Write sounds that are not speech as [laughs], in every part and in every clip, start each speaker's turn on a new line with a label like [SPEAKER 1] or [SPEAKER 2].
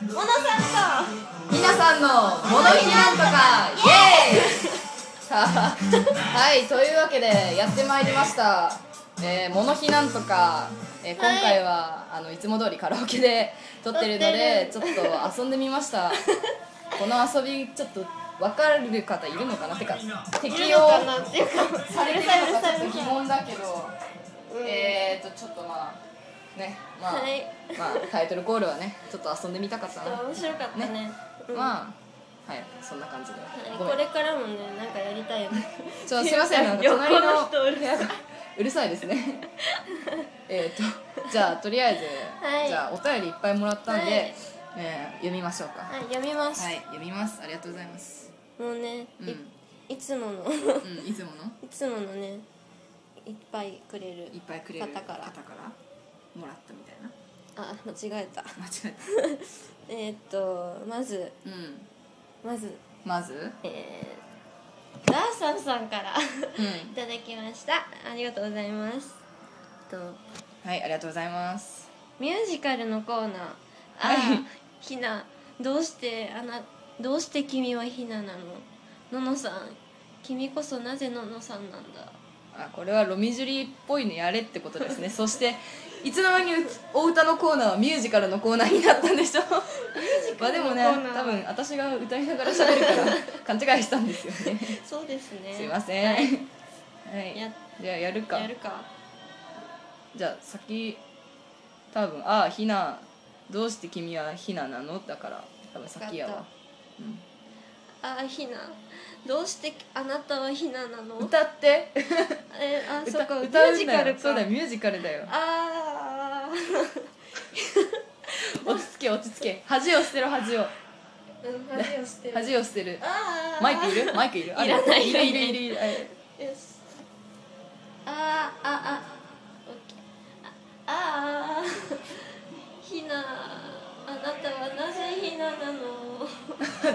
[SPEAKER 1] モノさんと
[SPEAKER 2] ひなさんの「ものひなんとか」イエーイさあ [laughs] はいというわけでやってまいりました「えー、ものひなんとか」えー今回は、い、あのいつも通りカラオケで撮ってるのでちょっと遊んでみました [laughs] この遊びちょっと分かる方いるのかなってか適用
[SPEAKER 1] かなっていうかうる
[SPEAKER 2] さ
[SPEAKER 1] さ
[SPEAKER 2] れ
[SPEAKER 1] いう
[SPEAKER 2] てる
[SPEAKER 1] るさいう
[SPEAKER 2] の
[SPEAKER 1] る
[SPEAKER 2] か
[SPEAKER 1] さ
[SPEAKER 2] ちょ
[SPEAKER 1] い
[SPEAKER 2] っと疑問だけど、
[SPEAKER 1] うん
[SPEAKER 2] えーとちょっとまあねまあ、
[SPEAKER 1] はい
[SPEAKER 2] まあタイトルコールはねちょっと遊んでみたかったな
[SPEAKER 1] 面白かったね
[SPEAKER 2] ね
[SPEAKER 1] うん
[SPEAKER 2] まあはいそんな感じで
[SPEAKER 1] はい
[SPEAKER 2] ごめ
[SPEAKER 1] こ
[SPEAKER 2] ん
[SPEAKER 1] れからもねなんかやりたいよね
[SPEAKER 2] ちょすいませんなんか
[SPEAKER 1] 横
[SPEAKER 2] 隣
[SPEAKER 1] の
[SPEAKER 2] の
[SPEAKER 1] 人うるさいう
[SPEAKER 2] るさいで
[SPEAKER 1] [laughs]
[SPEAKER 2] すねえっとじゃあとりあえず、
[SPEAKER 1] はい
[SPEAKER 2] じゃあお便りいっぱいもらったんで、
[SPEAKER 1] はい
[SPEAKER 2] えー読みましょうか
[SPEAKER 1] はい読みます、
[SPEAKER 2] はい読みますありがとうございます
[SPEAKER 1] もうね、
[SPEAKER 2] うん
[SPEAKER 1] いいつもの
[SPEAKER 2] うんいつもの
[SPEAKER 1] いつものねいっぱいくれる
[SPEAKER 2] いっぱいくれる
[SPEAKER 1] 方から
[SPEAKER 2] からもらったみたいな
[SPEAKER 1] あ間違えた
[SPEAKER 2] 間違え
[SPEAKER 1] えーっとまず
[SPEAKER 2] たうん
[SPEAKER 1] まず
[SPEAKER 2] まず
[SPEAKER 1] えー、ダーサンさんから
[SPEAKER 2] う
[SPEAKER 1] い
[SPEAKER 2] ん
[SPEAKER 1] ただきましたありがとうございますと
[SPEAKER 2] はいありがとうございます
[SPEAKER 1] ミュージカルのコーナーあー、
[SPEAKER 2] はい
[SPEAKER 1] ひなどうしてあなどうして君はひななのののさん君こそなぜののさんなんだ
[SPEAKER 2] あこれはロミジュリーっぽいのやれってことですね [laughs] そしていつの間にお歌のコーナーはミュージカルのコーナーになったんでしょまあでもね
[SPEAKER 1] ミュージカルのコーナー
[SPEAKER 2] 多分私が歌いながら喋
[SPEAKER 1] [laughs]
[SPEAKER 2] るから勘違いしたんですよね
[SPEAKER 1] そうですね
[SPEAKER 2] すいません
[SPEAKER 1] はい
[SPEAKER 2] はい
[SPEAKER 1] や
[SPEAKER 2] じゃあやるか
[SPEAKER 1] やるか
[SPEAKER 2] じゃあ先多分ああひなどうして君はひななのだから多分先や
[SPEAKER 1] わか
[SPEAKER 2] わ
[SPEAKER 1] っ、
[SPEAKER 2] うん
[SPEAKER 1] あーひなどうしてあなたはひななの
[SPEAKER 2] 歌って
[SPEAKER 1] えーあーそっか
[SPEAKER 2] 歌
[SPEAKER 1] ミュ
[SPEAKER 2] 歌
[SPEAKER 1] ー
[SPEAKER 2] う
[SPEAKER 1] ジ
[SPEAKER 2] ん
[SPEAKER 1] カ
[SPEAKER 2] だ
[SPEAKER 1] ル
[SPEAKER 2] よ
[SPEAKER 1] か
[SPEAKER 2] そうだよミュージカルだよ
[SPEAKER 1] あ
[SPEAKER 2] 落ち着け落ち着け恥を捨てろ恥を
[SPEAKER 1] ーうん恥を捨てる
[SPEAKER 2] 恥を捨てる
[SPEAKER 1] あー
[SPEAKER 2] マイクいるマイクいるある
[SPEAKER 1] いらない
[SPEAKER 2] いるいるいるいるある
[SPEAKER 1] よしあーああオッケーああーひなあなたはなぜひななの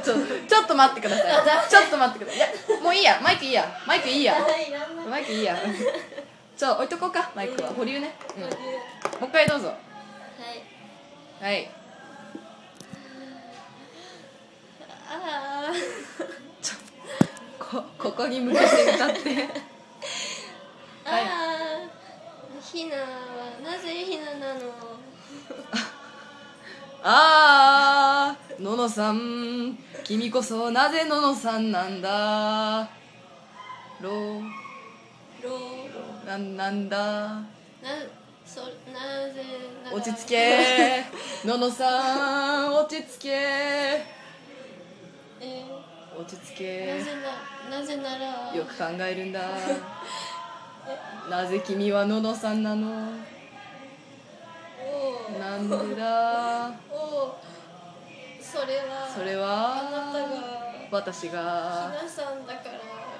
[SPEAKER 2] ちょちょっと待ってくださいちょっと待ってくださいいやもういいやマイクいいやマイクいいや
[SPEAKER 1] あーいらない
[SPEAKER 2] マイクいいやちょ置いとこうかマイクは保留ね、うん、も
[SPEAKER 1] はいう
[SPEAKER 2] 一回どうぞはい
[SPEAKER 1] あー
[SPEAKER 2] こここに向けて歌ってはい
[SPEAKER 1] あーひなはなぜひななの
[SPEAKER 2] ああののさん君こそなぜののさんなんだろう
[SPEAKER 1] ろ
[SPEAKER 2] なんなんだ
[SPEAKER 1] なそなぜなら
[SPEAKER 2] 落ち着けののさん落ち着け
[SPEAKER 1] え
[SPEAKER 2] 落ち着
[SPEAKER 1] ー
[SPEAKER 2] け
[SPEAKER 1] なぜななぜなら
[SPEAKER 2] よく考えるん
[SPEAKER 1] [laughs]
[SPEAKER 2] だなぜ君はののさんなの
[SPEAKER 1] おー
[SPEAKER 2] なんでだ
[SPEAKER 1] おーそれは
[SPEAKER 2] それ
[SPEAKER 1] あなた
[SPEAKER 2] は
[SPEAKER 1] が
[SPEAKER 2] 私が
[SPEAKER 1] 皆さんだか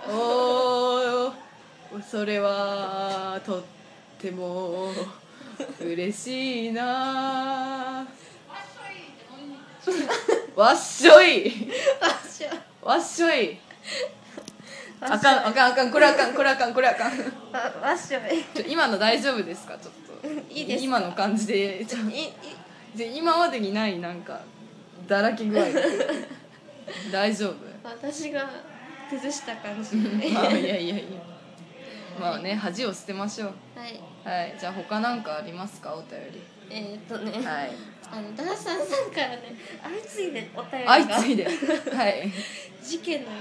[SPEAKER 1] ら
[SPEAKER 2] おーそれはとっても嬉しいなわっしょい
[SPEAKER 1] 私は
[SPEAKER 2] わっしょいあ
[SPEAKER 1] わ
[SPEAKER 2] かんあかんあかんこれあかんこれあかんこれあかん
[SPEAKER 1] っしょい
[SPEAKER 2] ちょ今の大丈夫ですかちょっと
[SPEAKER 1] いいですか
[SPEAKER 2] 今の感じでちょ
[SPEAKER 1] いい
[SPEAKER 2] で今までにないなんかだらけ [laughs] 具合大丈夫
[SPEAKER 1] 私が崩した感じ
[SPEAKER 2] ま
[SPEAKER 1] は
[SPEAKER 2] あいやいやいやまあね恥を捨てましょう
[SPEAKER 1] い
[SPEAKER 2] はいじゃあ他なんかありますかお便り
[SPEAKER 1] えー、っとね、
[SPEAKER 2] はい
[SPEAKER 1] あのダーサンさんからね相次いでお便りが
[SPEAKER 2] 相次いではい
[SPEAKER 1] 事件のよ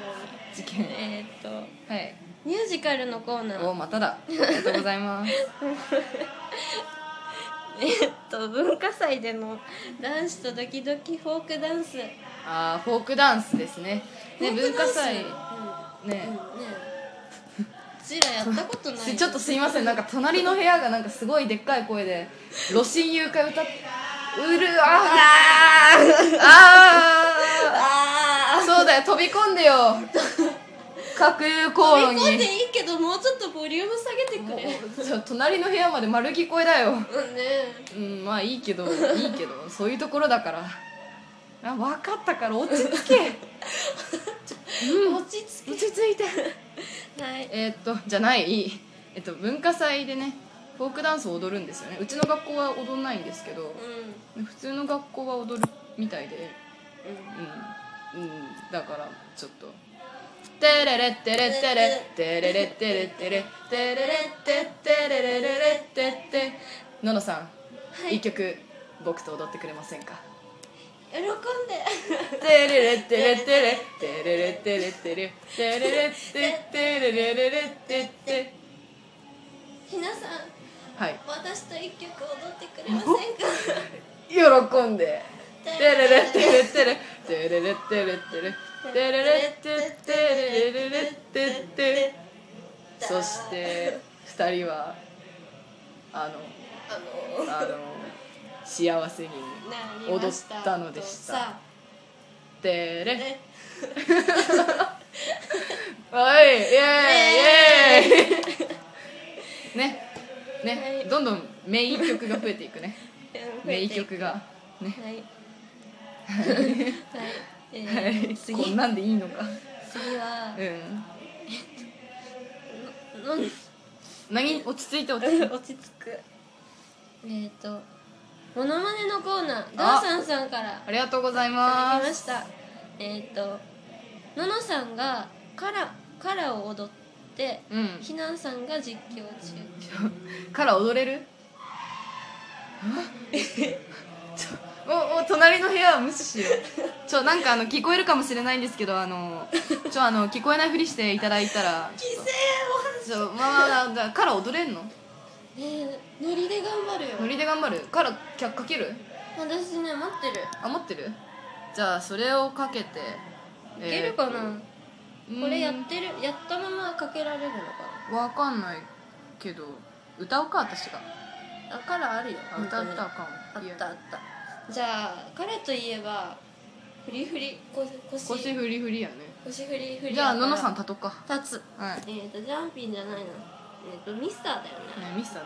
[SPEAKER 2] 事
[SPEAKER 1] う
[SPEAKER 2] 件
[SPEAKER 1] にえー、っと
[SPEAKER 2] はい
[SPEAKER 1] ミュージカルのコーナ
[SPEAKER 2] お
[SPEAKER 1] ー
[SPEAKER 2] まただありがとうございます
[SPEAKER 1] えー、っと文化祭での男子とドキドキフォークダンスね
[SPEAKER 2] あーフォークダンスですねね文化祭
[SPEAKER 1] う
[SPEAKER 2] ね
[SPEAKER 1] ん、うん、ねうちらやったことない
[SPEAKER 2] すちょっとすいませんなんか隣の部屋がなんかすごいでっかい声で「露心誘拐歌っうるわあーあ
[SPEAKER 1] あ
[SPEAKER 2] ーそうだよ飛び込んでよ核融
[SPEAKER 1] あ
[SPEAKER 2] 口
[SPEAKER 1] 追い
[SPEAKER 2] 論
[SPEAKER 1] 込ん
[SPEAKER 2] に
[SPEAKER 1] でいいけどもうちょっとボリューム下げてくれ
[SPEAKER 2] もうちょ隣の部屋まで丸聞こえだよ
[SPEAKER 1] うんね
[SPEAKER 2] うんまあいいけどいいけどそういうところだからあ分かったから落ち着け
[SPEAKER 1] 落ち着
[SPEAKER 2] 落ち着いて
[SPEAKER 1] けはい
[SPEAKER 2] えーっとじゃないいいえっと文化祭でねフォークダンスを踊るんですよねうちの学校は踊んないんですけど、
[SPEAKER 1] う
[SPEAKER 2] 普通の学校は踊るみたいで
[SPEAKER 1] うん
[SPEAKER 2] うん、うん、だからちょっと「テレレッテレッテレッテレレッテレッテレッテレレッテッテレレレレッテッテ」ののさん、
[SPEAKER 1] はい
[SPEAKER 2] 一曲僕と踊ってくれませんか
[SPEAKER 1] 喜んで
[SPEAKER 2] テレレテレテレテレレテレテレテレレテテレレレレテテ
[SPEAKER 1] ひなさん
[SPEAKER 2] はい
[SPEAKER 1] 私と一曲踊ってくれませんか
[SPEAKER 2] 喜んでテレレテレテレテレレテレテレテレレテテレレレレテテそして二人はあの
[SPEAKER 1] あの
[SPEAKER 2] あの幸せに
[SPEAKER 1] なりました
[SPEAKER 2] 踊ったのでし
[SPEAKER 1] と
[SPEAKER 2] た
[SPEAKER 1] さ
[SPEAKER 2] テレ
[SPEAKER 1] ね
[SPEAKER 2] はいイエーイイエーイね
[SPEAKER 1] は
[SPEAKER 2] ね
[SPEAKER 1] い
[SPEAKER 2] どんどんメイン曲が増えていくね名曲
[SPEAKER 1] が
[SPEAKER 2] がね
[SPEAKER 1] はいはい、え
[SPEAKER 2] は
[SPEAKER 1] ー
[SPEAKER 2] い
[SPEAKER 1] 次
[SPEAKER 2] こんなんでいいのか
[SPEAKER 1] 次は
[SPEAKER 2] うん
[SPEAKER 1] のの
[SPEAKER 2] 何落ち着いて落ち着いて
[SPEAKER 1] [laughs] 落ち着くえっ、とモノマネのコーナーダ
[SPEAKER 2] あ
[SPEAKER 1] ーサンさんからい
[SPEAKER 2] ありがとうござい
[SPEAKER 1] た
[SPEAKER 2] ま
[SPEAKER 1] だきますしたえっ、とののさんがカラカラを踊って、
[SPEAKER 2] うん
[SPEAKER 1] ひなんさんが実況中
[SPEAKER 2] から踊れる [laughs] ちょおお隣の部屋は無視しようちょなんかあの聞こえるかもしれないんですけどあのちょあの聞こえないふりしていただいたら
[SPEAKER 1] 犠牲を
[SPEAKER 2] ちょまあまあまあだから踊れんの
[SPEAKER 1] えー、ノリで頑張るよ
[SPEAKER 2] ノリで頑張るから客かける
[SPEAKER 1] 私ね待ってる
[SPEAKER 2] あ持ってるじゃあそれをかけて
[SPEAKER 1] いけるか
[SPEAKER 2] え
[SPEAKER 1] な、
[SPEAKER 2] ーと
[SPEAKER 1] これや
[SPEAKER 2] うーん
[SPEAKER 1] ってるやったままかけられるのか
[SPEAKER 2] わかんないけど歌おうか私が
[SPEAKER 1] なあカラあるよ
[SPEAKER 2] あ
[SPEAKER 1] 本
[SPEAKER 2] 歌
[SPEAKER 1] 当
[SPEAKER 2] う
[SPEAKER 1] に
[SPEAKER 2] 歌うか
[SPEAKER 1] あ
[SPEAKER 2] もいいよ
[SPEAKER 1] ったあったじゃあ彼といえばフリフリ腰
[SPEAKER 2] 腰
[SPEAKER 1] 腰
[SPEAKER 2] 振り振りやね
[SPEAKER 1] 腰フリフリ
[SPEAKER 2] じゃあののさん
[SPEAKER 1] 立
[SPEAKER 2] 立とっか
[SPEAKER 1] つ
[SPEAKER 2] はいね
[SPEAKER 1] えっ、ー、とジャンピンじゃないなえっ、ー、とミスターだよね
[SPEAKER 2] ミスさん